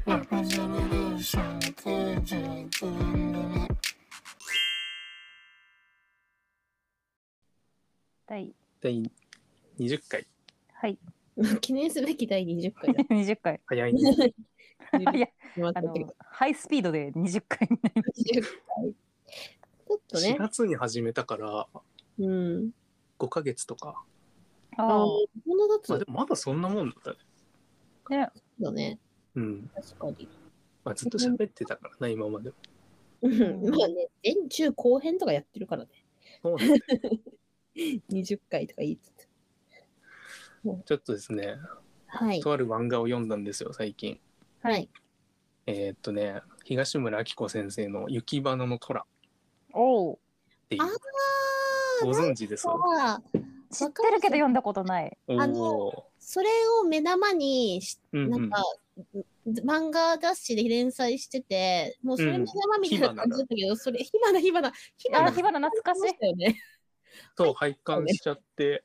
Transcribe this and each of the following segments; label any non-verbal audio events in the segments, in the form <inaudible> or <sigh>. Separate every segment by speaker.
Speaker 1: ージェネレーション91年組目
Speaker 2: 第
Speaker 3: 第20回
Speaker 2: はい
Speaker 4: <laughs> 記念すべき第20回だ。
Speaker 2: 20回
Speaker 3: 早いね
Speaker 4: <laughs>
Speaker 2: いや
Speaker 4: 決まっ
Speaker 2: あ
Speaker 4: た
Speaker 2: の
Speaker 4: けど
Speaker 2: ハイスピードで20回になりまし
Speaker 4: 20回。ちょっと
Speaker 3: 4
Speaker 4: ね。
Speaker 3: 月に始めたから
Speaker 4: うん。
Speaker 3: 5ヶ月とか、
Speaker 2: た
Speaker 4: ああ、そんな経つ
Speaker 3: まあ、
Speaker 4: ん
Speaker 3: でもまだそんなもんだったね
Speaker 4: だね。
Speaker 3: うん、
Speaker 4: 確かに。
Speaker 3: まあ、ずっと喋ってたからな今までも
Speaker 4: うんまあね、前中後編とかやってるからね。
Speaker 3: そうなんだよ
Speaker 4: 20回とか言いつつ。
Speaker 3: <laughs> ちょっとですね
Speaker 4: はい。
Speaker 3: とある漫画を読んだんですよ最近
Speaker 4: はい。
Speaker 3: えーっとね東村明子先生の「雪花の虎」っ
Speaker 2: おう
Speaker 3: ていう
Speaker 4: ああ、
Speaker 3: ご存知ですお
Speaker 4: なんか
Speaker 2: 知ってるけど読んだことない
Speaker 4: あ
Speaker 3: お
Speaker 4: それを目玉にし、
Speaker 3: ーうん
Speaker 4: な
Speaker 3: うん
Speaker 4: んか、漫画雑誌で連載してて、もうそれ目玉みたいな感じだったけど、それ、火花、火花、火
Speaker 2: あ
Speaker 4: 花、
Speaker 2: 火花懐かしい
Speaker 4: だよね。
Speaker 3: そう拝観しちゃって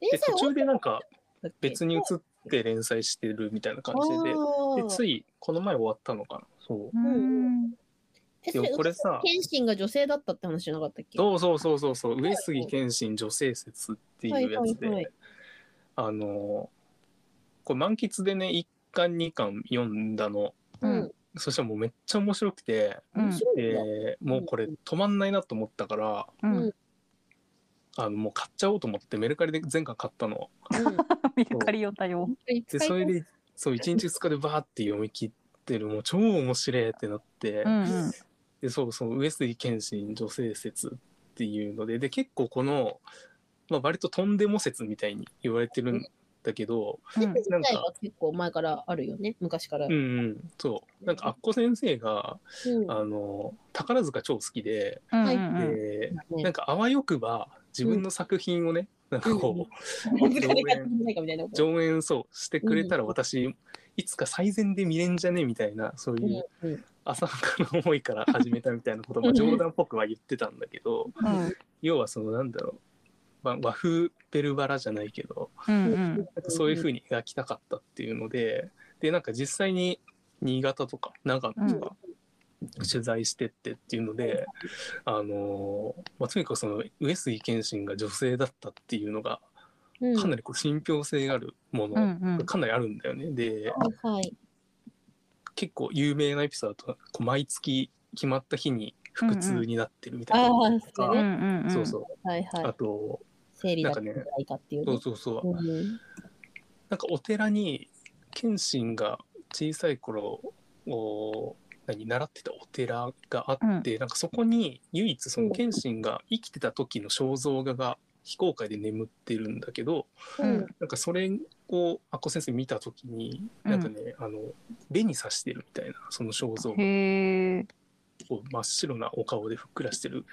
Speaker 4: 連
Speaker 3: で
Speaker 4: 載
Speaker 3: 途中でなんか
Speaker 4: 終わったっけ
Speaker 3: 別に移って連載してるみたいな感じで
Speaker 4: あ
Speaker 3: で
Speaker 4: ー
Speaker 3: ついこの前終わったのかなそう
Speaker 2: うーん
Speaker 4: え
Speaker 3: でもこれさ
Speaker 4: 謙信が女性だったって話じゃなかったっけ
Speaker 3: そうそうそうそうそう上杉謙信女性説っていうやつで、
Speaker 4: はいはいはい
Speaker 3: あのこれ満喫でね1巻2巻読んだの
Speaker 2: う
Speaker 4: うん
Speaker 2: ん。
Speaker 3: そしたらもうめっちゃ面白くて、
Speaker 2: うん
Speaker 4: 面白いんだ。
Speaker 3: でもうこれ止まんないなと思ったから
Speaker 2: うん
Speaker 3: あのもう買っちゃおうと思ってメルカリで全巻買ったの。
Speaker 4: うん
Speaker 2: メルカリ読んだよ
Speaker 3: <laughs> でそれでそう1日2日でバーって読み切ってるもう超面白いってなって、
Speaker 2: うんうん
Speaker 3: でそうそう上杉謙信女性説っていうのでで結構この、まあ、割ととんでも説みたいに言われてるんだけど、
Speaker 2: うん
Speaker 4: 自体は結構前からあるよね、昔から。
Speaker 3: うんうん、そうなんかあっこ先生が
Speaker 4: うん
Speaker 3: あの宝塚超好きで,、
Speaker 2: うん
Speaker 4: はい
Speaker 2: うん
Speaker 3: で
Speaker 4: ね
Speaker 3: なんかあわよくば自分の作品をね、なんかこう
Speaker 4: お疲れが <laughs> ないかみたいな。
Speaker 3: 上演そうしてくれたら私、いつか最善で見れんじゃねみたいなそういう
Speaker 4: うんうん
Speaker 3: 浅はかな思いから始めたみたいなことも冗談っぽくは言ってたんだけど
Speaker 2: うん
Speaker 3: 要はそのなんだろう、ま、和風ベルバラじゃないけど
Speaker 2: うんうん
Speaker 3: なんかそういうふうに描きたかったっていうのででなんか実際に新潟とか長野とか取材してってっていうので、あのーまあ、とにかくその上杉謙信が女性だったっていうのが
Speaker 4: うん
Speaker 3: かなりこう信憑性があるも
Speaker 2: うんう
Speaker 3: の、
Speaker 2: ん
Speaker 3: かなりあるんだよね。で
Speaker 4: はいはい。
Speaker 3: 結構有名なエピソードだとこう毎月決まった日に腹痛になってるみたい
Speaker 4: あ
Speaker 3: な、
Speaker 4: あ、そう
Speaker 2: うんう
Speaker 4: ね。
Speaker 2: んうん
Speaker 3: そうそう、
Speaker 4: はいは
Speaker 3: あ
Speaker 4: い。
Speaker 3: と
Speaker 4: 生理だ
Speaker 3: なん
Speaker 4: っ
Speaker 3: か
Speaker 4: たんじ
Speaker 3: ね
Speaker 4: ゃないかっていう
Speaker 3: そ
Speaker 4: ね
Speaker 3: う。そうそう、
Speaker 4: うん
Speaker 3: なんかお寺に謙信が小さい頃を何習ってたお寺があって、なんかそこに唯一その謙信が生きてた時の肖像画が非公開で眠ってるんだけど
Speaker 2: うん
Speaker 3: なんかそれを阿古先生見た時になんかね、あの紅に刺してるみたいなその肖像画
Speaker 2: へえ
Speaker 3: こう真っ白なお顔でふっくらしてる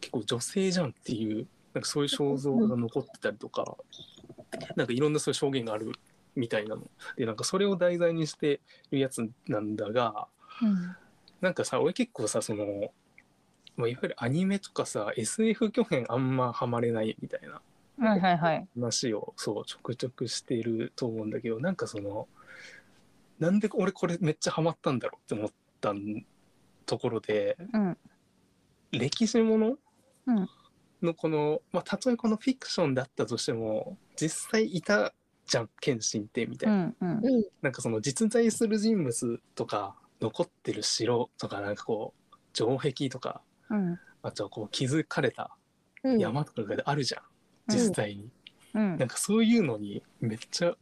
Speaker 3: 結構女性じゃんっていうなんかそういう肖像が残ってたりとか、なんかいろんなそういう証言があるみたいなのでなんかそれを題材にしてるやつなんだがなんかさ俺結構さその、まあ、いわゆるアニメとかさ SF 巨編あんまハマれないみたいな
Speaker 2: はいはいはい
Speaker 3: 話をそうちょくちょくしてると思うんだけどなんかそのなんで俺これめっちゃハマったんだろうって思ったんところで。
Speaker 2: うん
Speaker 3: 歴史もの、
Speaker 2: うん
Speaker 3: のこの、まあ、たとえこのフィクションだったとしても実際いたじゃん謙信ってみたいうな、
Speaker 2: んうん
Speaker 3: なんかその実在する人物とか残ってる城とかなんかこう城壁とか
Speaker 2: うん
Speaker 3: あとはこう築かれた
Speaker 4: うん
Speaker 3: 山とかがあるじゃん、
Speaker 2: うん
Speaker 3: 実際に、
Speaker 2: うん
Speaker 3: <laughs> なんかそういうのにめっちゃ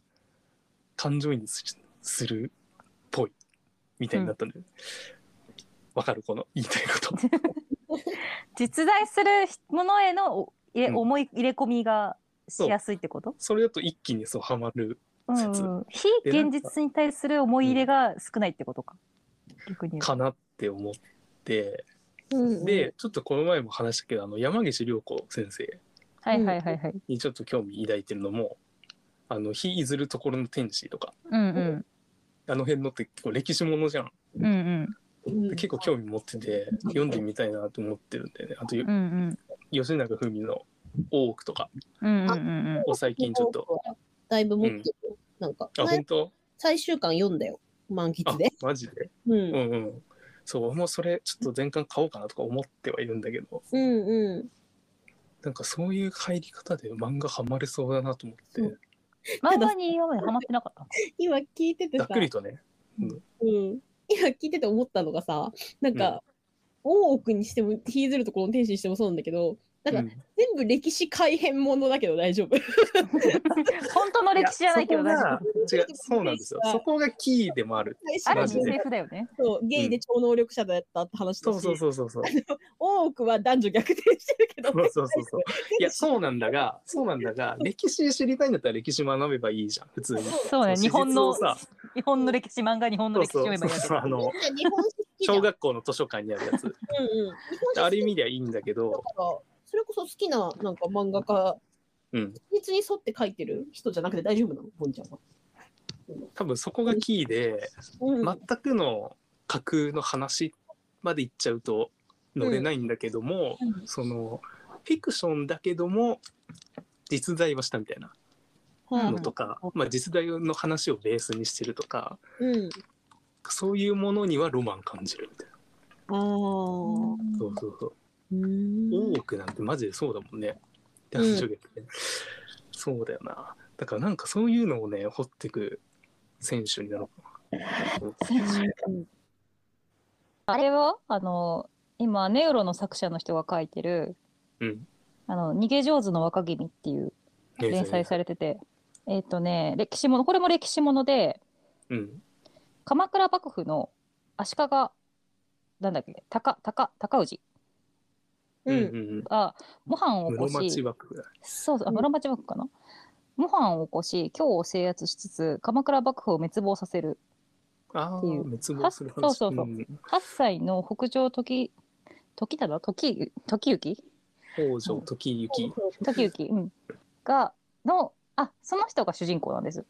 Speaker 3: 感情移入すするっぽいみたいになったんだよねわ、かるこの言いたいこと。
Speaker 4: <laughs>
Speaker 2: 実在するものへのお入れ
Speaker 3: うん
Speaker 2: 思い入れ込みがしやすいってこと
Speaker 3: それだと一気にそうハマる説
Speaker 2: うんうん、非
Speaker 3: でなん
Speaker 2: 現
Speaker 3: か
Speaker 2: 実に対する思い入れが少ないってことか、逆に言うと
Speaker 3: かなって思って、
Speaker 4: うん
Speaker 3: で、ちょっとこの前も話したけどあの山岸良子先生
Speaker 2: はいはいはいはい
Speaker 3: にちょっと興味抱いてるのも「あの日いずるところの天使」とか
Speaker 2: うんうん
Speaker 3: あの辺のって結構歴史ものじゃん
Speaker 2: うんうん
Speaker 4: うん
Speaker 3: で結構興味持ってて読んでみたいなと思ってるんだよねあとよ
Speaker 2: うんうん
Speaker 3: 吉永文の「大奥」とか
Speaker 2: うんうん
Speaker 3: を最近ちょっと。
Speaker 4: だいぶ持ってる。なんか、
Speaker 3: あ
Speaker 4: 前
Speaker 3: 本当
Speaker 4: 最終巻読んだよ。満喫
Speaker 3: あ
Speaker 4: で。
Speaker 3: マジで
Speaker 4: うん
Speaker 3: う。んうんそうもうそれちょっと全巻買おうかなとか思ってはいるんだけど
Speaker 4: うんうん。
Speaker 3: なんかそういう入り方で漫画ハマれそうだなと思って、
Speaker 4: そう
Speaker 2: 漫画に今までハマってなかった。
Speaker 4: 今聞いてて
Speaker 3: ざ
Speaker 4: さ
Speaker 3: っ、くりとね
Speaker 4: うん、今聞いてて思ったのがさ、なんか、大奥にしても、ヒーズルとこの天使にしてもそうなんだけど、なんか
Speaker 3: うん
Speaker 4: 全部歴史改変ものだけど大丈
Speaker 3: <laughs>
Speaker 4: 夫。
Speaker 2: 本当の歴史じゃないけど
Speaker 3: いや
Speaker 2: 大
Speaker 3: そ
Speaker 2: 丈夫。
Speaker 3: こが違うそうなんですよそこがキーでもある
Speaker 4: 最初
Speaker 2: ある意
Speaker 4: の
Speaker 3: マジ
Speaker 2: 味
Speaker 3: で
Speaker 2: SF だよね。
Speaker 4: そうゲイで超能力者だったって話だし、
Speaker 3: そうそうそうそ
Speaker 2: <laughs>
Speaker 3: うそう
Speaker 4: 大奥は男女逆転してるけど、
Speaker 3: そうそうそ
Speaker 2: <laughs>
Speaker 3: うそう。いや、そうなんだが、そうなんだが、歴史知りたいんだったら歴史学べばいいじゃん、普通に。
Speaker 2: そうね、
Speaker 3: そ
Speaker 2: 日本の
Speaker 3: 史実をさ、
Speaker 2: 日本の歴史漫画、日本の
Speaker 3: そう
Speaker 2: 歴史を
Speaker 3: そ
Speaker 2: 読
Speaker 3: う
Speaker 2: めばいい
Speaker 3: そう
Speaker 2: わけだ。
Speaker 3: そう、あの、
Speaker 4: みんな日本史好きじゃん
Speaker 3: 小学校の図書館にあるやつ。
Speaker 4: うんうん、日本史
Speaker 3: ある意
Speaker 4: 好き
Speaker 3: 味ではいいんだけ
Speaker 4: だ
Speaker 3: ど、
Speaker 4: から、それこそ好きななんか漫画家、
Speaker 3: うん、
Speaker 4: 別に沿って書いてる人じゃなくて大丈夫なの、本ちゃんは。
Speaker 3: 多分そこがキーで、
Speaker 4: うん
Speaker 3: 全くの架空の話まで行っちゃうと乗れないんだけども、
Speaker 4: うん
Speaker 3: その、フィクションだけども、実在はしたみたいな
Speaker 4: はい
Speaker 3: のとか、まあ実在の話をベースにしてるとか、
Speaker 4: うん、
Speaker 3: そういうものにはロマン感じるみたいな。
Speaker 4: ああ。
Speaker 3: そうそうそう。
Speaker 4: うーん
Speaker 3: 大奥なんてマジでそうだもんね。男女劇ね、そうだよな。だからなんかそういうのをね、掘ってく選手になろうかな。
Speaker 2: あれは、あの、今、ネウロの作者の人が書いてる、
Speaker 3: うん。
Speaker 2: あの、逃げ上手の若君っていう連載されてて、えっ、とね、歴史もの、これも歴史もので、
Speaker 3: うん。
Speaker 2: 鎌倉幕府の足利、なんだっけ、高、高、高氏
Speaker 3: う
Speaker 4: うん
Speaker 3: うんん
Speaker 2: が模範を
Speaker 3: うん。
Speaker 2: 起こ
Speaker 3: 室町
Speaker 2: し、
Speaker 3: 幕府だ。
Speaker 2: そうそう、あ
Speaker 4: うん
Speaker 2: 室町幕府かな。模範を起こし、京を制圧しつつ、鎌倉幕府を滅亡させる
Speaker 3: ああ、
Speaker 2: っていう
Speaker 3: 滅亡する話。
Speaker 2: はそうそうそうん8歳の北条時時だろ時時行
Speaker 3: 北条時行。
Speaker 2: 時行、うん、がのあその人が主人公なんです。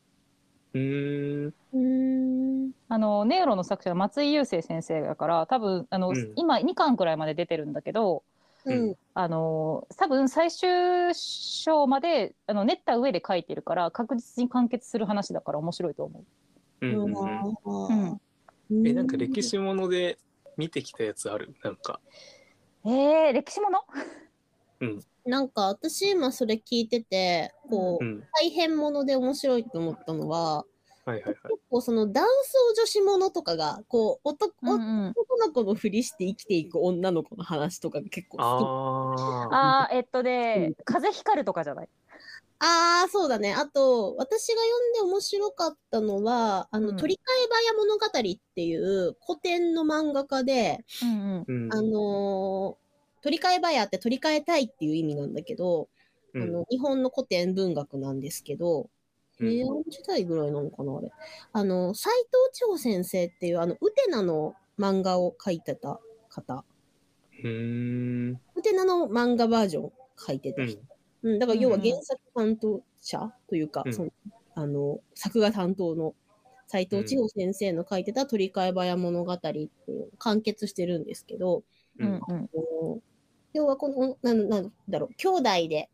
Speaker 3: うーん。
Speaker 4: うーん。
Speaker 2: あのネウロの作者の松井雄生先生だから多分あの、
Speaker 3: うん
Speaker 2: 今2巻くらいまで出てるんだけど
Speaker 4: うん。
Speaker 2: あの多分最終章まであの練った上で書いてるから確実に完結する話だから面白いと思
Speaker 3: うんうんうん
Speaker 2: う。うん
Speaker 3: え、なんか歴史もので見てきたやつあるなんか。
Speaker 2: えー、歴史もの
Speaker 4: なんか私今それ聞いててこ
Speaker 3: う。
Speaker 4: うん大変もので面白いと思ったのは
Speaker 3: は
Speaker 2: <laughs>
Speaker 3: いはいはい。
Speaker 4: 結構その男装女子ものとかがこう男,、
Speaker 2: うんうん
Speaker 4: 男の子のふりして生きていく女の子の話とかが結構好き
Speaker 3: あ
Speaker 2: あ
Speaker 3: あ。
Speaker 2: ーえっとね「風光る」とかじゃない
Speaker 4: ああそうだねあと私が読んで面白かったのは「あの
Speaker 2: うん
Speaker 4: 鳥飼早物語」っていう古典の漫画家で、
Speaker 2: うんうん
Speaker 3: うん
Speaker 4: あのー取り替えバヤって取り替えたいっていう意味なんだけど、
Speaker 3: うん
Speaker 4: あの日本の古典文学なんですけど、
Speaker 3: うん
Speaker 4: 平安時代ぐらいなのかなあれあの斎藤千穂先生っていうあのウテナの漫画を書いてた方
Speaker 3: うーん。
Speaker 4: ウテナの漫画バージョン書いて
Speaker 3: う
Speaker 4: た人
Speaker 3: ん、
Speaker 4: うんだから要は
Speaker 2: うんうん
Speaker 4: 原作担当者というか、
Speaker 3: うん
Speaker 4: そのあの作画担当の斎藤千穂先生の書いてた「取り替えバヤ物語」っていうのを完結してるんですけど、
Speaker 2: うんうん
Speaker 4: こう要はこの、なんなんだろう、兄弟で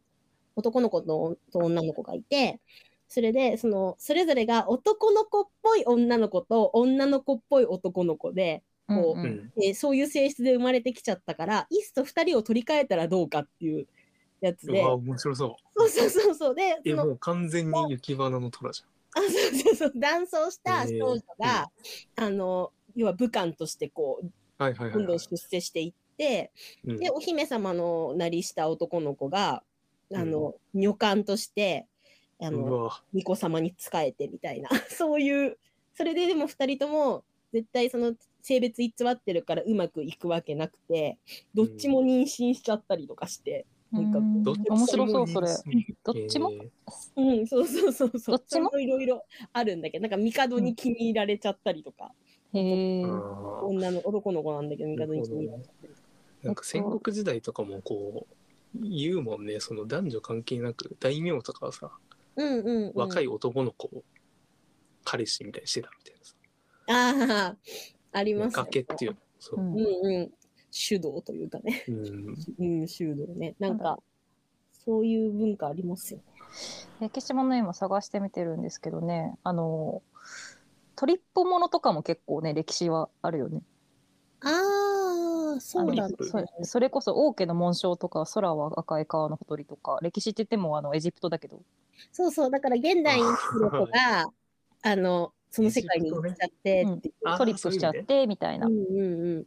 Speaker 4: 男の子とと女の子がいて、それで、その、それぞれが男の子っぽい女の子と女の子っぽい男の子で、こ
Speaker 2: うん
Speaker 3: う
Speaker 4: う
Speaker 2: うん
Speaker 3: ん。
Speaker 4: えーそういう性質で生まれてきちゃったから、いっそ二人を取り替えたらどうかっていうやつ
Speaker 3: う
Speaker 4: で
Speaker 3: わ、、面白そう。
Speaker 4: そうそうそうそう、で、
Speaker 3: え
Speaker 4: そ
Speaker 3: も
Speaker 4: の、
Speaker 3: う完全に雪花の虎じ
Speaker 4: あそうそうそう、男装した少女が、あの、要は武官としてこう、
Speaker 3: ゃん。はいはい
Speaker 4: ど
Speaker 3: はい
Speaker 4: んど
Speaker 3: は
Speaker 4: ん
Speaker 3: い。
Speaker 4: 出世していって、
Speaker 3: うん
Speaker 4: でお姫様のなりした男の子が
Speaker 3: うん
Speaker 4: あの、女官としてあ
Speaker 3: う
Speaker 4: の
Speaker 3: わ、
Speaker 4: 巫女様に仕えてみたいな <laughs> そういうそれででも2人とも絶対その性別偽ってるからうまくいくわけなくてどっちも妊娠しちゃったりとかして、なんか
Speaker 2: うん
Speaker 3: どっちも
Speaker 2: 面白そうそれ。どっちも
Speaker 3: えー
Speaker 4: うんそうそうそうそう
Speaker 2: どっちも
Speaker 4: いろいろあるんだけどなんか帝に気に入られちゃったりとか、
Speaker 2: へえ。
Speaker 3: あ
Speaker 4: 女の男の子なんだけど
Speaker 3: ーなる
Speaker 4: 帝に
Speaker 3: ほ
Speaker 4: 気
Speaker 3: ど
Speaker 4: に入ら
Speaker 3: ねなんか戦国時代とかもこう言うもんねその男女関係なく大名とかはさ
Speaker 4: れうんうんうん、
Speaker 3: 若い男の子を彼氏みたいにしてたみたいなさ
Speaker 4: あああります
Speaker 3: 妾っていうそうう、
Speaker 2: ん
Speaker 4: うんうん手道というかね
Speaker 3: うん、
Speaker 4: うん、修道ね。なん
Speaker 2: な
Speaker 4: か、そういう文化ありますよね。
Speaker 2: 歴史もの今探してみてるんですけどねあのトリップものとかも結構ね歴史はあるよね。
Speaker 4: ああ、そうだ
Speaker 2: あ
Speaker 4: ね
Speaker 2: の。そうそれこそ王家の紋章とか空は赤い川のほとりとか歴史って言ってもあのエジプトだけど
Speaker 4: そうそう、だから現代の子が、あの、その世界に行っちゃってっていう。
Speaker 3: あー
Speaker 2: トリップしちゃっ
Speaker 3: そういう意味
Speaker 2: てみたいな
Speaker 4: うんうんうん。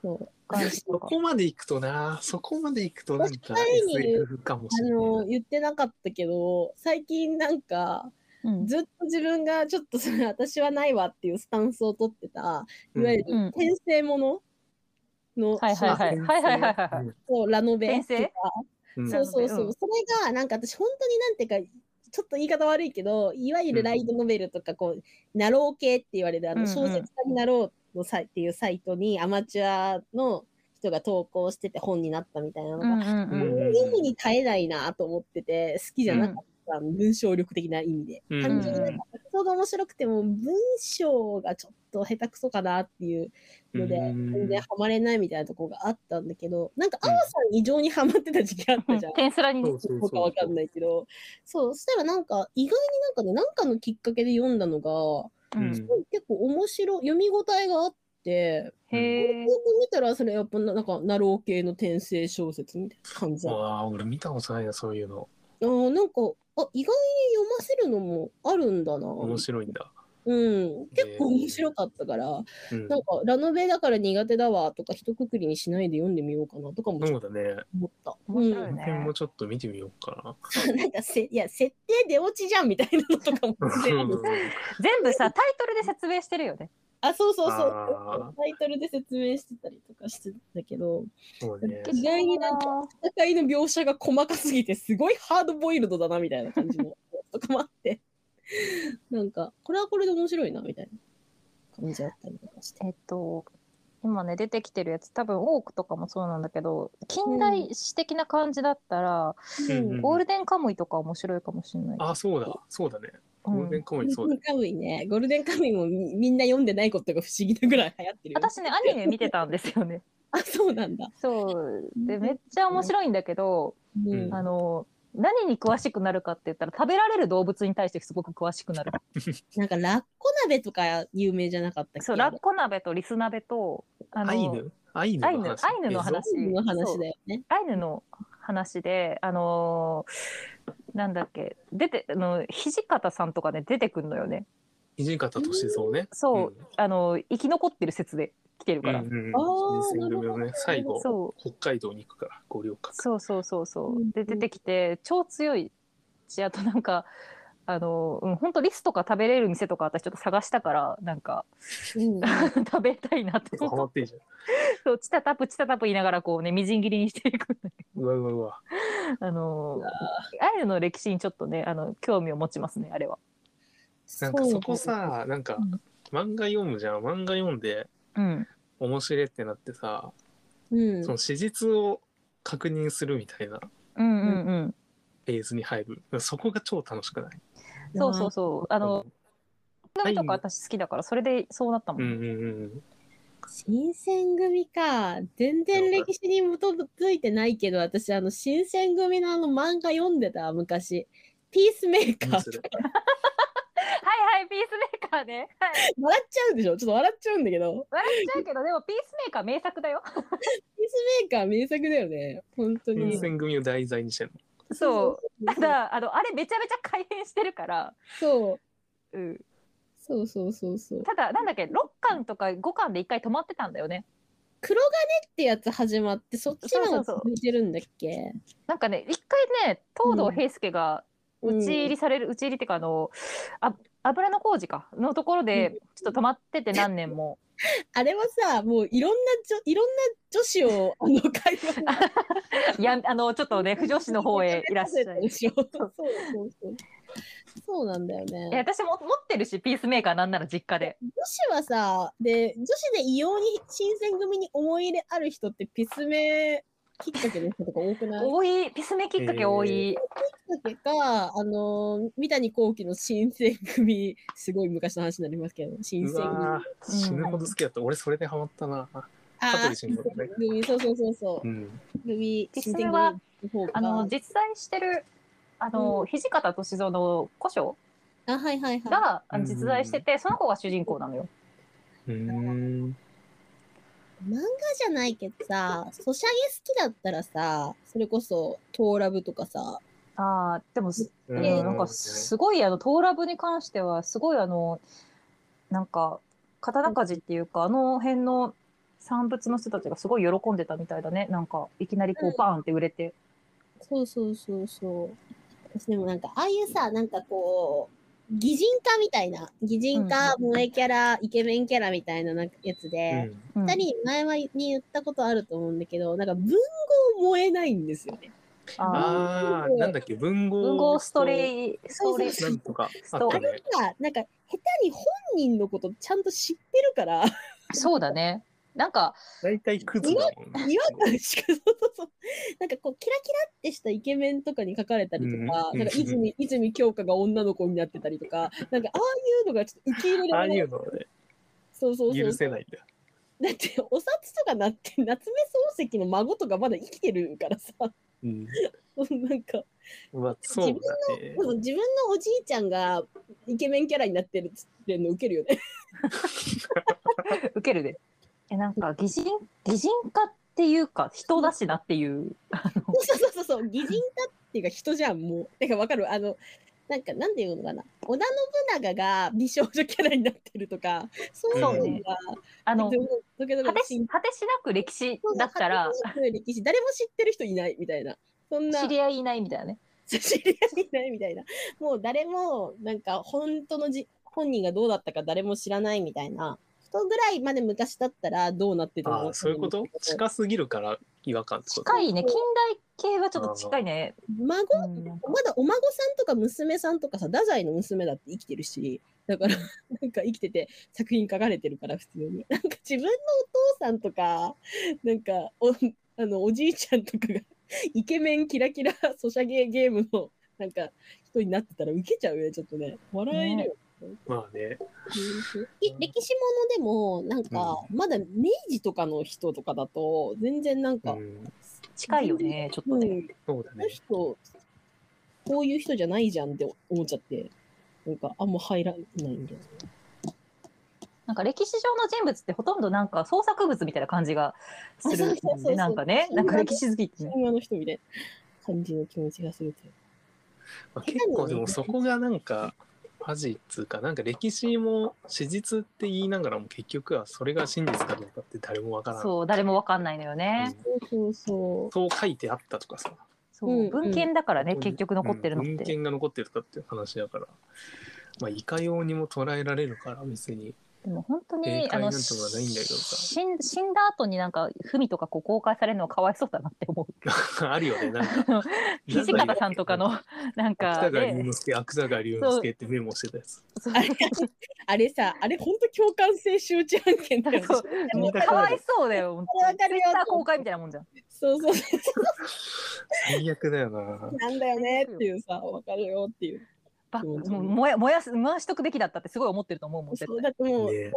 Speaker 4: そう。
Speaker 2: 感じ
Speaker 3: そ
Speaker 2: とか。
Speaker 3: こまで行くとな、そこまで行くとなんか
Speaker 4: 私前に
Speaker 3: SF かもし
Speaker 4: あ
Speaker 3: れな
Speaker 4: の、
Speaker 3: い。
Speaker 4: 言ってなかったけど、最近なんか、
Speaker 2: うん
Speaker 4: ずっと自分がちょっとそれ私はないわっていうスタンスを取ってた、いわゆる
Speaker 2: うん
Speaker 4: 転生ものの、
Speaker 2: はいはいはい
Speaker 3: うん
Speaker 2: はいはいはいはいはい。
Speaker 4: そうラノベと
Speaker 2: 転生
Speaker 4: か、
Speaker 3: うん
Speaker 4: そうそうそう、
Speaker 2: うん
Speaker 4: それがなんか私本当になんていうかちょっと言い方悪いけどいわゆるライトノベルとかこう、ナロー系って言われるあ
Speaker 2: うんう
Speaker 4: の
Speaker 2: ん
Speaker 4: 小説家になろうのサイっていうサイトにアマチュアの人が投稿してて本になったみたいなの
Speaker 2: う
Speaker 4: が、
Speaker 2: んうんうん
Speaker 3: うん
Speaker 4: 意味に耐えないなと思ってて好きじゃなかった、文章力的な意味で。
Speaker 3: うん
Speaker 4: 単純になんかちょうど面白くても文章がちょっと下手くそかなっていうので
Speaker 3: うん
Speaker 4: 全然ハマれないみたいなとこがあったんだけどなんか
Speaker 3: う
Speaker 4: ア
Speaker 3: ん
Speaker 4: ワさん異常にハマってた時期あったじゃん。
Speaker 2: テンスラにね
Speaker 3: そうそう
Speaker 4: どうかわかんないけどそうそしたらなんか意外になんかねなんかのきっかけで読んだのが、
Speaker 3: う
Speaker 2: うん
Speaker 3: ん
Speaker 4: 結構面白い読み応えがあって
Speaker 2: へえ
Speaker 4: よく見たらそれやっぱななんかナロー系の転生小説みたいな感じだった
Speaker 3: わあ、俺見たことないな、そういうの。
Speaker 4: あーなんかあ意外に読ませるのもあるんだな
Speaker 3: 面白いんだ。
Speaker 4: うん、結構面白かったから、
Speaker 3: うん
Speaker 4: なんかラノベだから苦手だわとか一括りにしないで読んでみようかなとかもちょ
Speaker 3: そ
Speaker 4: っ
Speaker 3: う
Speaker 4: と
Speaker 3: だね。
Speaker 4: 思った。
Speaker 2: 面白いね
Speaker 3: この辺もちょっと見てみようか
Speaker 4: うん、 <laughs> なんかせいや設定出落ちじゃんみたいなのとかも
Speaker 3: な。
Speaker 4: 全部
Speaker 2: 全部さタイトルで説明してるよね。
Speaker 4: あそうそうそ
Speaker 3: あ
Speaker 4: うタイトルで説明してたりとかしてたけど
Speaker 3: そうね。
Speaker 4: 意外になんか戦いの描写が細かすぎてすごいハードボイルドだなみたいな感じの <laughs> とかもあってなんかこれはこれで面白いなみたいな感じだったりとかして。
Speaker 2: えっと今ね出てきてるやつ多分オークとかもそうなんだけど近代史的な感じだったら、
Speaker 3: うんうん
Speaker 2: ゴールデンカムイとか面白いかもしれない。
Speaker 3: あ、そうだ。そうだね。
Speaker 2: うん
Speaker 3: ゴールデンカムイ
Speaker 4: ゴ
Speaker 3: そ
Speaker 4: ー
Speaker 3: う
Speaker 4: ルデ
Speaker 3: だ
Speaker 4: ン。カムイね、ゴールデンカムイもみみんな読んでないことが不思議なぐらい流行ってるよ。
Speaker 2: 私ねアニメ見てたんですよ <laughs> ね。
Speaker 4: あ、そうなんだ。
Speaker 2: そうでめっちゃ面白いんだけど、
Speaker 4: う
Speaker 3: うん
Speaker 4: ん、
Speaker 2: あの何に詳しくなるかって言ったら食べられる動物に対してすごく詳しくなる。
Speaker 4: なんかラッコ鍋とか有名じゃなかったっけ
Speaker 2: そうラッコ鍋とリス鍋とあの
Speaker 3: アイヌアイヌの話。
Speaker 2: アイヌの話
Speaker 4: コの話だよね。
Speaker 2: アイヌの話で、あのーなんだっけ出てあの土方さんとかね出てくんのよね
Speaker 3: 土方歳三ね。
Speaker 2: そう、あのー生き残ってる説で来てる
Speaker 3: う
Speaker 2: か
Speaker 3: ん。
Speaker 2: ら、
Speaker 3: うんうん。
Speaker 4: あー
Speaker 3: 新選組のね、最後、
Speaker 2: そう
Speaker 3: 北海道に行くから、五稜郭。
Speaker 2: そうそうそうそう、
Speaker 4: うん
Speaker 2: で出てきて超強いしあとなんか <laughs> あのーうん本当リスとか食べれる店とか私ちょっと探したからなんか <laughs>
Speaker 4: うん
Speaker 2: 食べたいなって
Speaker 3: ハマってるじゃ
Speaker 2: そうチタタプチタタプ言いながらこうねみじん切りにしていくん <laughs> だけ
Speaker 3: ん。うわうわうわ。
Speaker 2: どあの
Speaker 4: う
Speaker 2: ー
Speaker 4: わ
Speaker 2: アイヌの歴史にちょっとねあの興味を持ちますねあれは。
Speaker 3: なんかそこさ、なんか
Speaker 2: うん
Speaker 3: 漫画読むじゃん。漫画読んで
Speaker 2: うん
Speaker 3: 面白いってなってさ、
Speaker 4: うん
Speaker 3: その史実を確認するみたいな
Speaker 2: うんうんうん
Speaker 3: フェーズに入る。そこが超楽しくない。
Speaker 2: そうそうそう。あの、
Speaker 3: ア
Speaker 2: 番組
Speaker 3: イヌ
Speaker 2: とか私好きだから、それでそうなったも。
Speaker 3: うんんうん
Speaker 2: <laughs>
Speaker 3: うん。
Speaker 4: 新選組か全然歴史に基づいてないけど私あの新選組のあの漫画読んでた昔ピースメーカ
Speaker 3: 何
Speaker 4: ー
Speaker 3: それ
Speaker 2: はいはい、ピースメーカーね。はい。
Speaker 4: 笑っちゃうでしょちょっと笑っちゃうんだけど
Speaker 2: 笑っちゃうけど、でもピースメーカー名作だよ。
Speaker 4: ピースメーカー名作だよね本当に
Speaker 3: 新選組を題材にしてる
Speaker 2: そうただ、あの、あれめちゃめちゃ改変してるから。
Speaker 4: そ
Speaker 2: う
Speaker 4: う
Speaker 2: ん、
Speaker 4: そうそうそうそう
Speaker 2: ただなんだっけ6巻とか5巻で1回止まってたんだよね
Speaker 4: 黒金ってやつ始まってそっち
Speaker 2: そうそ
Speaker 4: が
Speaker 2: うそう
Speaker 4: 続いてるんだっけ
Speaker 2: なんかね1回ね東堂平介が
Speaker 4: うん
Speaker 2: 打ち入りされる、打ち入りっていうかあのあ油の工事かのところでちょっと止まってて何年も
Speaker 4: あれはさもういろんなじょいろんな女子をあの会話に
Speaker 2: いやあのちょっとね不女子の方
Speaker 4: <laughs>
Speaker 2: へいらっしゃい
Speaker 4: でしょ。そうそうそう。そうなんだよ
Speaker 2: いや
Speaker 4: ね。
Speaker 2: 私も持ってるしピースメーカーなんなら実家で
Speaker 4: 女子はさ、で、女子で異様に新選組に思い入れある人ってピスメきっかけの人とか多
Speaker 3: <laughs>
Speaker 4: くない
Speaker 2: 多いピスメきっかけ多い、
Speaker 4: きっかけか、あの、三谷幸喜の新選組、すごい昔の話になりますけど、新
Speaker 3: の。う
Speaker 4: 選組。
Speaker 3: わー死ぬほど好きだった。俺それでハマったな。
Speaker 4: あ
Speaker 3: 香
Speaker 4: ー
Speaker 3: 取慎吾だね
Speaker 4: 組、そうそうそうそう
Speaker 3: う。ん。
Speaker 4: 組、
Speaker 2: ピスメは
Speaker 4: 新選組の方が
Speaker 2: あの実在してるあの、
Speaker 4: うん
Speaker 2: 土方歳三の古書
Speaker 4: あ、はいはいはい。
Speaker 2: があの実在してて、その子が主人公なのよ。
Speaker 3: うーん。
Speaker 4: 漫画じゃないけどさ、ソシャゲ好きだったらさ、それこそ、トーラブとかさ、
Speaker 2: ああでもす、
Speaker 3: うん
Speaker 2: えーなんかすごいあのトーラブに関してはすごいあのなんか刀鍛冶っていうかあの辺の産物の人たちがすごい喜んでたみたいだねなんかいきなりこ
Speaker 4: うん
Speaker 2: うバーンって売れて、
Speaker 4: そうそうそうそう。私でもなんか、ああいうさ、なんかこう、擬人化みたいな、擬人化、
Speaker 2: うんうん
Speaker 4: 萌えキャラ、イケメンキャラみたいななんかやつで、
Speaker 2: うん
Speaker 4: 二、人に前はに言ったことあると思うんだけど、なんか文豪燃えないんですよね。
Speaker 2: あー
Speaker 3: ああ、なんだっけ、文豪。
Speaker 2: 文豪スト
Speaker 3: イ。
Speaker 2: レイストレイ
Speaker 4: そう
Speaker 3: なんとか。
Speaker 2: ス
Speaker 3: あ
Speaker 2: ト
Speaker 3: ったね。
Speaker 4: まあ、なんか、下手に本人のことちゃんと知ってる
Speaker 3: <laughs>
Speaker 4: から、
Speaker 2: そうだねなんか
Speaker 3: 大体クズだもんね。
Speaker 4: 違和感しか、そうそうそう。なんかこう、キラキラってしたイケメンとかに書かれたりとか、
Speaker 3: うん
Speaker 4: なんか泉、泉京香が女の子になってたりとか、なんかああいうのがちょっと受け入れ
Speaker 3: あ
Speaker 4: ら
Speaker 3: あ
Speaker 4: れない
Speaker 3: い。うのはね、
Speaker 4: そうそうそう。
Speaker 3: 許せないんだ。
Speaker 4: だって、 <laughs> お札とかなって、夏目漱石の孫とかまだ生きてるからさ、 <laughs>
Speaker 3: うん。
Speaker 4: なんか、
Speaker 3: まあ、そうだね
Speaker 4: で。も自分のおじいちゃんがイケメンキャラになってるっつってんの受けるよ
Speaker 2: <laughs>
Speaker 4: ね。
Speaker 2: 受けるでえなんか擬人擬人化っていうか人だしなっていう
Speaker 4: そうそうそうそう、擬人化っていうか人じゃん、もう。てかわかるあの、なんか、なんていうのかな。織田信長が美少女キャラになってるとか、そういうのが、
Speaker 3: そう
Speaker 2: ねあの
Speaker 4: 時々
Speaker 2: 果てし果てしなく歴史だったら
Speaker 4: そういう歴史誰も知ってる人いないみたいな。そんな
Speaker 2: 知り合いいないみたいなね
Speaker 4: 知り合いいないみたいな。もう誰も、なんか、本当のじ本人がどうだったか誰も知らないみたいな。人ぐらいまで昔だったらどうなってた
Speaker 3: あ
Speaker 4: の
Speaker 3: あ、そういうこと近すぎるから違和感ってこと
Speaker 2: 近いね近代系はちょっと近いね、
Speaker 4: 孫、
Speaker 2: うんなんか
Speaker 4: まだお孫さんとか娘さんとかさ、太宰の娘だって生きてるし、だから、なんか生きてて作品書かれてるから、普通に。なんか自分のお父さんとか、なんかお、あの、おじいちゃんとかが、イケメンキラキラソシャゲゲームの、なんか、人になってたらウケちゃうよね、ちょっとね。笑えるよ。
Speaker 3: まあね。
Speaker 4: い歴史ものでも、なんか、まだ明治とかの人とかだと、全然なん
Speaker 3: う
Speaker 4: か、
Speaker 3: ん。
Speaker 2: 近いよねちょっと
Speaker 4: うん、
Speaker 2: ね、
Speaker 4: こ
Speaker 3: そうだね
Speaker 4: の。人、こういう人じゃないじゃんって思っちゃって、なんか、あんま入らないんだよ。
Speaker 2: なんか歴史上の人物ってほとんどなんか創作物みたいな感じがす
Speaker 4: あそう
Speaker 2: る
Speaker 4: そうそうそう
Speaker 2: でなんかねなんか歴史好きってね
Speaker 4: 今の人みたいな感じの気持ちがするという
Speaker 3: まあ、結構でもそこがなんかファジーっつうかなんか歴史も史実って言いながらも結局はそれが真実かどうかって誰もわからない、
Speaker 2: そう誰もわかんないのよね、
Speaker 4: そうそう
Speaker 3: そう書いてあったとかさ
Speaker 2: そう
Speaker 4: うん
Speaker 2: 文献だからね、
Speaker 3: ここに
Speaker 2: 結局残ってるのっ
Speaker 3: うん文
Speaker 2: て、
Speaker 3: 献が残ってるとかっていう話だからまあいかようにも捉えられるから別に <laughs>
Speaker 2: でも本当
Speaker 3: 正
Speaker 2: に
Speaker 3: 解
Speaker 2: あの
Speaker 3: なんてのはないんだけどさ
Speaker 2: 死ん死んだ後になんか文とかこう公開されるのはかわいそうだなって思う
Speaker 3: あるよねなんか
Speaker 2: <laughs> 土方さんとかのなんか
Speaker 3: 芥川龍
Speaker 2: ね
Speaker 3: 之介芥川龍之介ってメモしてたやつ
Speaker 2: そう
Speaker 4: <laughs> あれあれさ、あれほんと共感性周知案件だよね。
Speaker 2: そう
Speaker 3: 見た
Speaker 2: かわいそうだよ本当に
Speaker 4: わかるよ
Speaker 2: ツイッター公開みたいなもんじゃん
Speaker 4: そうそうそう。
Speaker 3: 最悪だよな
Speaker 4: なんだよねっていうさ、わかるよっていう。
Speaker 2: ば
Speaker 4: そうそう
Speaker 2: もう燃や燃やす燃やしとくべきだったってすごい思ってると思うもん絶
Speaker 4: そう
Speaker 2: 対
Speaker 4: だってもう、
Speaker 3: ね
Speaker 4: ね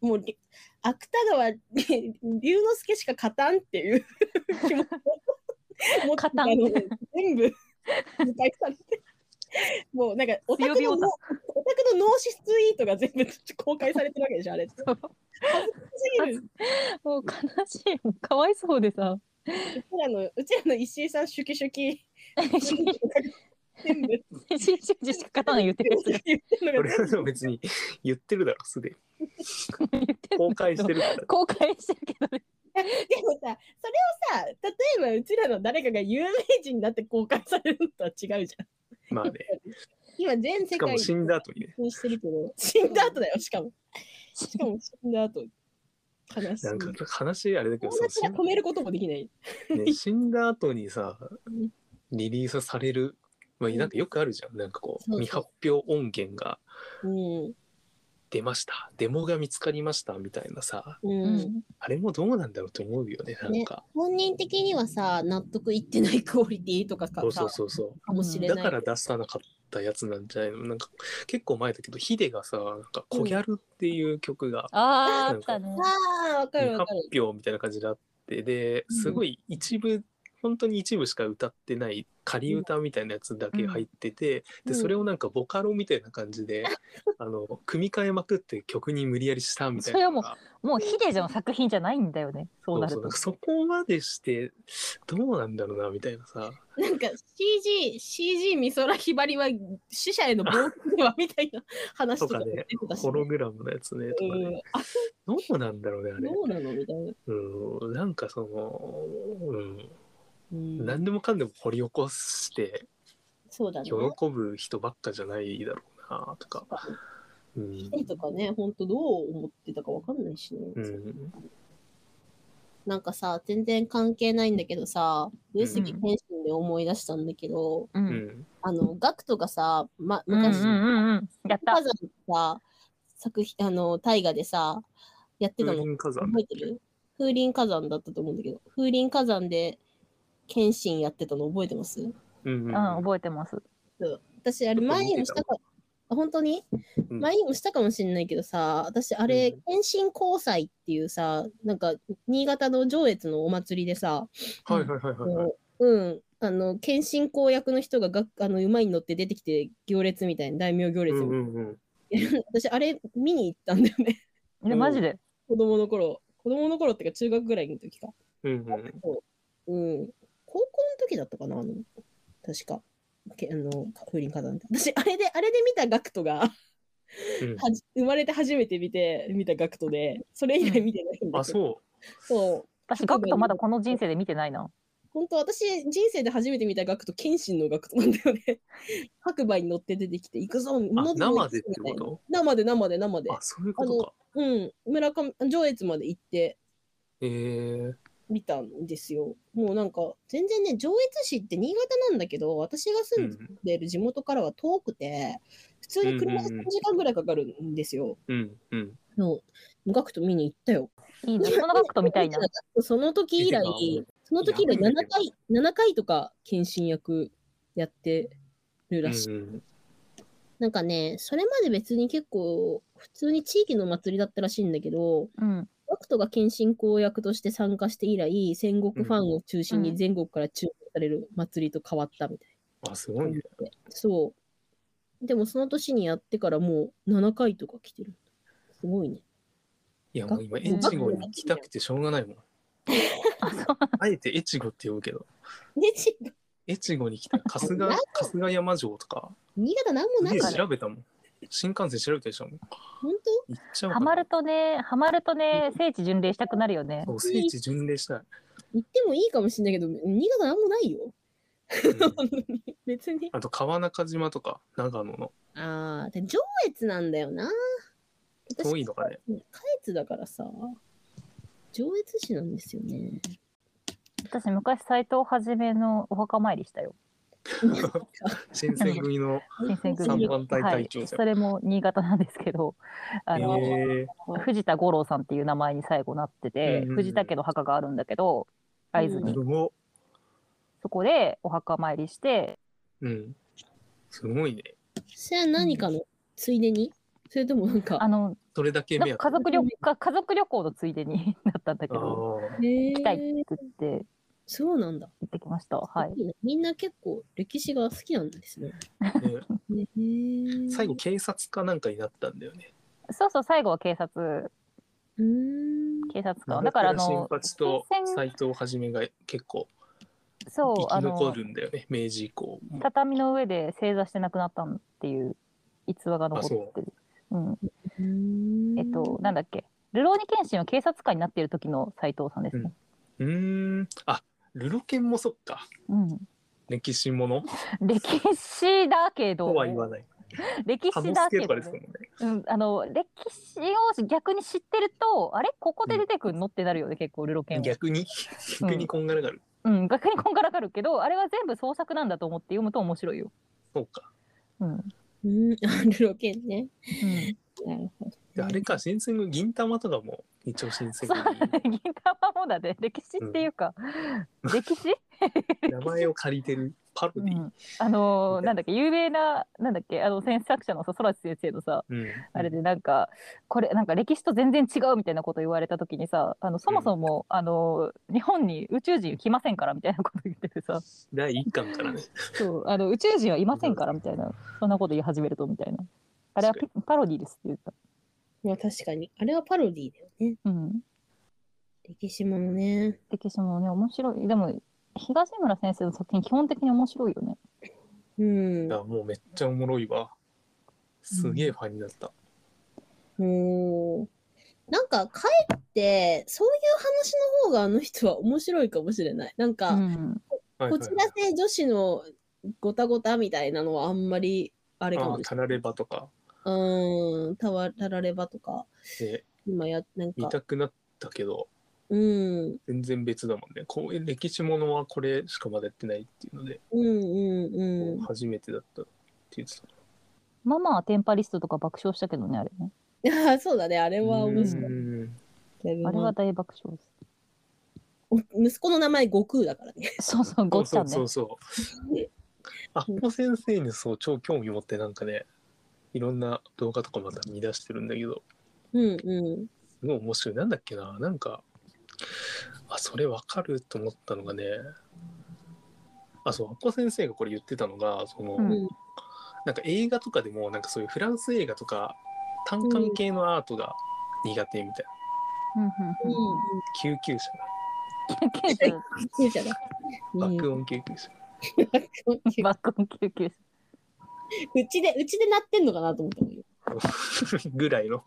Speaker 4: もうり芥川り龍之介しか勝たんっていう <laughs> 気持ちを持って
Speaker 2: 勝たん
Speaker 4: あの全部理解されてもうなんかオタク
Speaker 2: 強火オ
Speaker 4: の
Speaker 2: タ
Speaker 4: ノオタクの脳死ツイートが全部公開されてるわけでしょ
Speaker 2: <laughs>
Speaker 4: あれ恥ずかしすぎる
Speaker 2: もう悲しいもうかわいそうで <laughs> さ
Speaker 4: うちらのうちらの石井さんシュキシュキ全部
Speaker 2: 新種児しか勝たない言ってるやつが
Speaker 4: 言ってるの
Speaker 3: 俺
Speaker 4: が
Speaker 3: はでも別に言ってるだろすでに
Speaker 2: <laughs> 言ってる
Speaker 3: 公
Speaker 2: んだけ
Speaker 3: 開し
Speaker 2: ど
Speaker 3: てるか
Speaker 2: <laughs>
Speaker 3: ら
Speaker 2: 公開してるけどね
Speaker 4: でもさそれをさ例えばうちらの誰かが有名人になって公開されるのとは違うじゃん
Speaker 3: まあね
Speaker 4: 今全世
Speaker 3: しか
Speaker 4: 界
Speaker 3: も
Speaker 4: に
Speaker 3: 死んだ後にね
Speaker 4: にしてるけど、死んだ後だよ、しかも。しかも死んだ後。悲しい。
Speaker 3: なん
Speaker 4: 友
Speaker 3: か話あれだけどさ
Speaker 4: 達が止めることもできない。
Speaker 3: 死ん,、
Speaker 4: <laughs>
Speaker 3: ね、死んだ後にさ
Speaker 4: うん
Speaker 3: リリースされる、まあ、
Speaker 4: うん
Speaker 3: なんかよくあるじゃんなんかこ
Speaker 4: そ
Speaker 3: う
Speaker 4: うそう
Speaker 3: 未発表音源が
Speaker 4: うん。
Speaker 3: 出ましたデモが見つかりましたみたいなさ
Speaker 2: う
Speaker 4: うん。
Speaker 2: ん
Speaker 3: あれもどうなんだろうと思うよねなんか、
Speaker 4: 本人的にはさ、納得いってないクオリティとかか
Speaker 3: そうそうそうそ
Speaker 4: かもし
Speaker 3: う
Speaker 4: れ
Speaker 3: だ
Speaker 4: ない。
Speaker 3: から出さなかったやつなんじゃないのなんか結構前だけどヒデがさなんか「コギャル」っていう曲が
Speaker 2: あーあったね
Speaker 4: ああ、わか
Speaker 3: 未
Speaker 4: るわ
Speaker 3: 発
Speaker 4: かる。
Speaker 3: 表みたいな感じであってですごい一部本当に一部しか歌ってない仮歌みたいなやつだけ入ってて、
Speaker 4: うん
Speaker 3: でそれをなんかボカロみたいな感じで、あの組み替えまくって曲に無理やりしたみたいなのが
Speaker 2: もうヒデじゃん作品じゃないんだよね。そうなる
Speaker 3: そ
Speaker 2: と。
Speaker 3: うそうなんかそこまでしてどうなんだろうなみたいなさ
Speaker 4: なんか CG、CG 美空ひばりは死者への暴力ではみたいな話と
Speaker 3: と
Speaker 4: か
Speaker 3: か
Speaker 4: も
Speaker 3: ね
Speaker 4: 出てたし
Speaker 3: ホログラムのやつねとか
Speaker 4: うん
Speaker 3: ね、
Speaker 4: あ
Speaker 3: どうなんだろうねあれ
Speaker 4: どうなのみたいな。
Speaker 3: うんなんかその、うん、
Speaker 4: うん
Speaker 3: 何でもかんでも掘り起こして
Speaker 4: そうだね
Speaker 3: 喜。ぶ人ばっかじゃないだろうなとか、うん
Speaker 4: 絵とかね、ほんとどう思ってたかわかんないしね。
Speaker 3: うん、
Speaker 4: なんかさ、全然関係ないんだけどさ、上杉
Speaker 2: うん
Speaker 4: 謙信で思い出したんだけど、
Speaker 2: う。
Speaker 3: うんん、
Speaker 4: あの、ガクトがさ、ま、
Speaker 2: うんうん
Speaker 4: 昔、
Speaker 2: うんうん。やった
Speaker 4: 火。山のさ、作品、あの、大河でさ、やってた
Speaker 3: 風林
Speaker 4: の
Speaker 3: 火山
Speaker 4: 覚えてる風林火山だったと思うんだけど、風林火山で、謙信やってたの覚えてます
Speaker 3: うん
Speaker 2: う、
Speaker 3: うんん
Speaker 2: 覚えてます。
Speaker 4: 私、あれ、
Speaker 3: ちょっと見
Speaker 4: 前
Speaker 3: てた
Speaker 4: にもしたか、あ本当に
Speaker 3: うん
Speaker 4: 前にもしたかもしれないけどさ、私、あれ
Speaker 3: う、
Speaker 4: 謙信交際っていうさ、なんか、新潟の上越のお祭りでさ、
Speaker 3: はいはいはいはいはい、
Speaker 4: うん、あの、謙信公役の人がが、あの、馬に乗って出てきて、行列みたいな、大名行
Speaker 3: う
Speaker 4: 列みたい
Speaker 3: ん
Speaker 4: な
Speaker 3: う。んうん、
Speaker 4: 私あれ見に行ったんだよね <laughs>
Speaker 2: え、
Speaker 3: うん
Speaker 2: マジで。
Speaker 4: 子供の頃子供の頃っていうか中学ぐらいの時か
Speaker 3: うんうん
Speaker 4: うん高校の時だったかなあの確かけあの風林火山って私あれであれで見たガクトがは
Speaker 3: うん
Speaker 4: じ生まれて初めて見て見たガクトでそれ以来見てないんだ
Speaker 3: あ
Speaker 4: けど、
Speaker 3: そ
Speaker 4: そう
Speaker 2: 私、ガクトまだこの人生で見てないな。
Speaker 4: 本当私人生で初めて見たガクト謙信のガクトなんだよね <laughs> 白馬に乗って出てきて行くぞ
Speaker 3: うあ
Speaker 4: 物も
Speaker 3: 生
Speaker 4: 行くぞ
Speaker 3: でって
Speaker 4: み
Speaker 3: こ
Speaker 4: たいな
Speaker 3: と
Speaker 4: 生で生で生で
Speaker 3: あそういうことか
Speaker 4: うん村上上越まで行って
Speaker 3: えー、
Speaker 4: 見たんですよ。もうなんか全然ね上越市って新潟なんだけど私が
Speaker 3: う
Speaker 4: 住ん
Speaker 3: ん
Speaker 4: でる地元からは遠くて普通に車で
Speaker 3: うんうんうん
Speaker 4: 3時間ぐらいかかるんですよ。
Speaker 3: うんうん
Speaker 4: そうガクト見に行ったよ。
Speaker 2: いいな。このガクトみ <laughs> たいな。
Speaker 4: その時以来
Speaker 3: いいな
Speaker 4: その時以来
Speaker 3: いや
Speaker 4: 7回7回とか検診役やってる
Speaker 3: う
Speaker 4: らしい。
Speaker 3: ん
Speaker 4: なんかねそれまで別に結構普通に地域の祭りだったらしいんだけど
Speaker 2: うん。
Speaker 4: ガクトが謙信公役として参加して以来、戦国ファンを中心
Speaker 2: う
Speaker 4: に
Speaker 2: ん
Speaker 4: 全国から注目される祭りと変わったみたい
Speaker 3: あすごいね
Speaker 4: な。そう。でもその年にやってからもう7回とか来てる。すごいね。
Speaker 3: いやもう今越後に行きたくてしょうがないもん
Speaker 2: あ、そう。
Speaker 3: あえて越後って呼ぶけど
Speaker 4: ね、ち
Speaker 3: 越後に来た春日春日山城とか
Speaker 4: 新潟なんもない
Speaker 3: で
Speaker 4: から。
Speaker 3: 調べたもん新幹線調べたでしょ行
Speaker 4: 本
Speaker 3: っちゃおう
Speaker 2: ハ
Speaker 3: か
Speaker 2: マ
Speaker 3: な
Speaker 2: るとね、ハマるとね、聖地巡礼したくなるよね。
Speaker 3: そう聖地巡礼したい、
Speaker 4: 当行ってもいいかもしれないけど、新潟なんもないよ。 <laughs>
Speaker 3: うん
Speaker 4: 別に。
Speaker 3: <laughs> あと川中島とか長野の
Speaker 4: ああ、で上越なんだよな。
Speaker 3: 遠いのかね
Speaker 4: 私。下越だからさ。上越市なんですよね。
Speaker 2: 私、昔、斎藤はじめのお墓参りしたよ。
Speaker 3: 新選組の
Speaker 2: 新選組
Speaker 3: 三番隊隊長
Speaker 2: はい。
Speaker 3: じ
Speaker 2: そ
Speaker 3: ゃん
Speaker 2: れも新潟なんですけど、あの、
Speaker 3: え
Speaker 2: 藤田五郎さんっていう名前に最後なってて、
Speaker 3: うんうんうん
Speaker 2: 藤田家の墓があるんだけど会津
Speaker 3: ー、
Speaker 2: に、
Speaker 3: すごっ
Speaker 2: そこでお墓参りして
Speaker 3: うんすごいね
Speaker 4: <laughs> それは何かのついでにそれともなんか
Speaker 2: あ。の
Speaker 3: それだけ
Speaker 2: なん
Speaker 3: 目
Speaker 2: か
Speaker 3: 当
Speaker 2: 家族旅か家族旅行のついでに <laughs> なったんだけ
Speaker 3: てあ
Speaker 2: ど
Speaker 3: ー
Speaker 4: 行
Speaker 2: 行きたいって言って
Speaker 4: そうなんだ。
Speaker 2: 行ってきましたはい
Speaker 4: いいねみんな結構歴史が好きなんですね。
Speaker 3: ね
Speaker 4: ね
Speaker 3: 最後。警察かなんかになったんだよね
Speaker 2: そうそう最後は警察
Speaker 4: うーん。
Speaker 2: 警察官だからあ
Speaker 3: 新
Speaker 2: の
Speaker 3: 八と
Speaker 2: 戦線
Speaker 3: 斎藤はじめが結構
Speaker 2: そう
Speaker 3: 生
Speaker 2: あ
Speaker 3: き残
Speaker 2: の
Speaker 3: るんだよね明治以降も
Speaker 2: 畳の上で正座して亡くなったっていう逸話が残ってるうん、えっとなんだ
Speaker 4: だ。
Speaker 2: っけルローニケンシンは警察官になっている時の斎藤さんですね、
Speaker 3: うーんあルロケンもそっか
Speaker 2: うん、
Speaker 3: 歴史もの
Speaker 2: 歴史だけど
Speaker 3: とは言わない。
Speaker 2: 歴
Speaker 3: ハ
Speaker 2: 史
Speaker 3: モ
Speaker 2: だ
Speaker 3: ス
Speaker 2: け
Speaker 3: ケ
Speaker 2: ど
Speaker 3: とかですもんね。
Speaker 2: うん、あの歴史を逆に知ってるとあれここで出てくるのってなるよね結構ルロケンは、
Speaker 3: 逆に、逆にこんがらがる。
Speaker 2: うん、逆にこんがらがるけどあれは全部創作なんだと思って読むと面白いよ、
Speaker 3: そうか。
Speaker 2: うん
Speaker 4: うん。あルロケンね。
Speaker 2: <laughs>
Speaker 4: なるほ
Speaker 3: であれか、新選組、銀玉とかも一応新選組。 <laughs>
Speaker 2: 銀玉もだね歴史っていうか、歴史
Speaker 3: 名前を借りてるパロディ。
Speaker 2: うんあ
Speaker 3: <laughs>
Speaker 2: のーなんだっけ有名ななんだっけあの先作者のさ空知先生のさ
Speaker 3: うん
Speaker 2: あれでなんかこれなんか歴史と全然違うみたいなこと言われた時にさあのそもそも、あのー日本に宇宙人来ませんからみたいなこと言っててさ
Speaker 3: 第1巻からね。
Speaker 2: そうあの宇宙人はいませんからみたいなそんなこと言い始めるとみたいなあれはピパロディですって言った、
Speaker 4: まあ確かに。あれはパロディだよね。
Speaker 2: うん、
Speaker 4: 歴史ものね。
Speaker 2: 歴史もね面白いでも東村先生の作品基本的に面白いよね
Speaker 4: うん。
Speaker 3: いうやもうめっちゃおもろいわ。すげえファンになった。
Speaker 4: ーんなんか、かえって、そういう話の方があの人は面白いかもしれない。なんか、
Speaker 2: うん
Speaker 3: はいは
Speaker 4: こ
Speaker 3: い
Speaker 4: ちらせ女子のごたごたみたいなのはあんまり、あれか
Speaker 3: あ
Speaker 4: も
Speaker 3: あ、
Speaker 4: し
Speaker 3: たらればとか、
Speaker 4: れない。うーん、たわたらればとか、
Speaker 3: ね、
Speaker 4: 今や、なん
Speaker 3: 見
Speaker 4: か、
Speaker 3: たくなったけど、
Speaker 4: うん、
Speaker 3: 全然別だもんね。こういう歴史ものはこれしかまだやってないっていうので、
Speaker 4: うん、うん、 <laughs> うん。
Speaker 3: 初めてだったって言ってた。
Speaker 2: ママはテンパリストとか爆笑したけどねあれね
Speaker 4: あーそうだね、あれは面白い。
Speaker 3: うん
Speaker 2: あれは大爆 <laughs> 笑です
Speaker 4: お息子の名前悟空だからね。
Speaker 2: そうそう、ごっち
Speaker 3: そ
Speaker 2: ゃ
Speaker 3: うん
Speaker 2: ね
Speaker 3: そう。そう。あっこ先生にそう超興味持ってなんかねいろんな動画とかまた見出してるんだけど
Speaker 4: うんう
Speaker 3: すごい面白いなんだっけななんかあそれわかると思ったのがねあそうアッコ先生がこれ言ってたのがその、
Speaker 2: うん
Speaker 4: <laughs>
Speaker 3: なんか映画とかでもなんかそういうフランス映画とか単管系のアートが苦手みたいな、
Speaker 2: うんうん
Speaker 4: ん。
Speaker 2: うん
Speaker 3: 救急車
Speaker 2: <laughs> 救急車
Speaker 4: 救急車だ。
Speaker 3: 爆
Speaker 4: う
Speaker 3: 音救急車、 <laughs>
Speaker 4: ん
Speaker 2: 爆音救急車。
Speaker 4: うちで、うちで鳴ってんのかなと思ったのよ。
Speaker 3: ぐらいの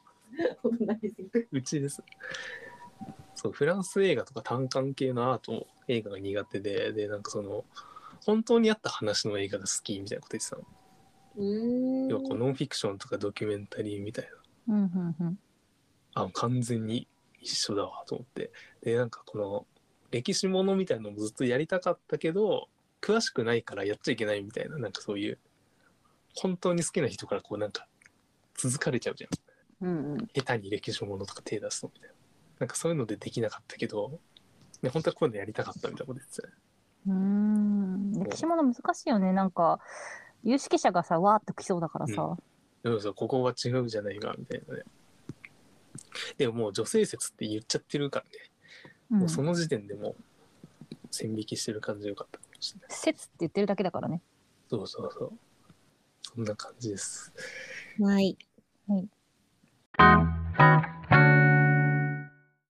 Speaker 4: 鳴りすぎて
Speaker 3: うちです。そうフランス映画とか単管系のアート映画が苦手ででなんかその本当にあった話の映画が好きみたいなこと言ってたの。
Speaker 4: うーん。
Speaker 3: 要はこうノンフィクションとかドキュメンタリーみたい
Speaker 2: うんうんうん。
Speaker 3: なあ完全に一緒だわと思ってでなんかこの歴史ものみたいのもずっとやりたかったけど詳しくないからやっちゃいけないみたいななんかそういう本当に好きな人からこうなんか続かれちゃうじゃん。
Speaker 2: うんうん。
Speaker 3: 下手に歴史ものとか手出すのみたいな。なんかそういうのでできなかったけど、ね、本当はこういうのやりたかったみたいなこと言ってたね。
Speaker 2: うーん歴史もの難しいよね。なんか、有識者がさ、わーっと来そうだからさ。
Speaker 3: でもさ、ここは違うじゃないかみたいなね。でももう女性説って言っちゃってるからね。
Speaker 2: うん
Speaker 3: もうその時点でもう線引きしてる感じが良かったかもしれない。
Speaker 2: 説って言ってるだけだからね。
Speaker 3: そうそうそう。そんな感じです。
Speaker 4: はい。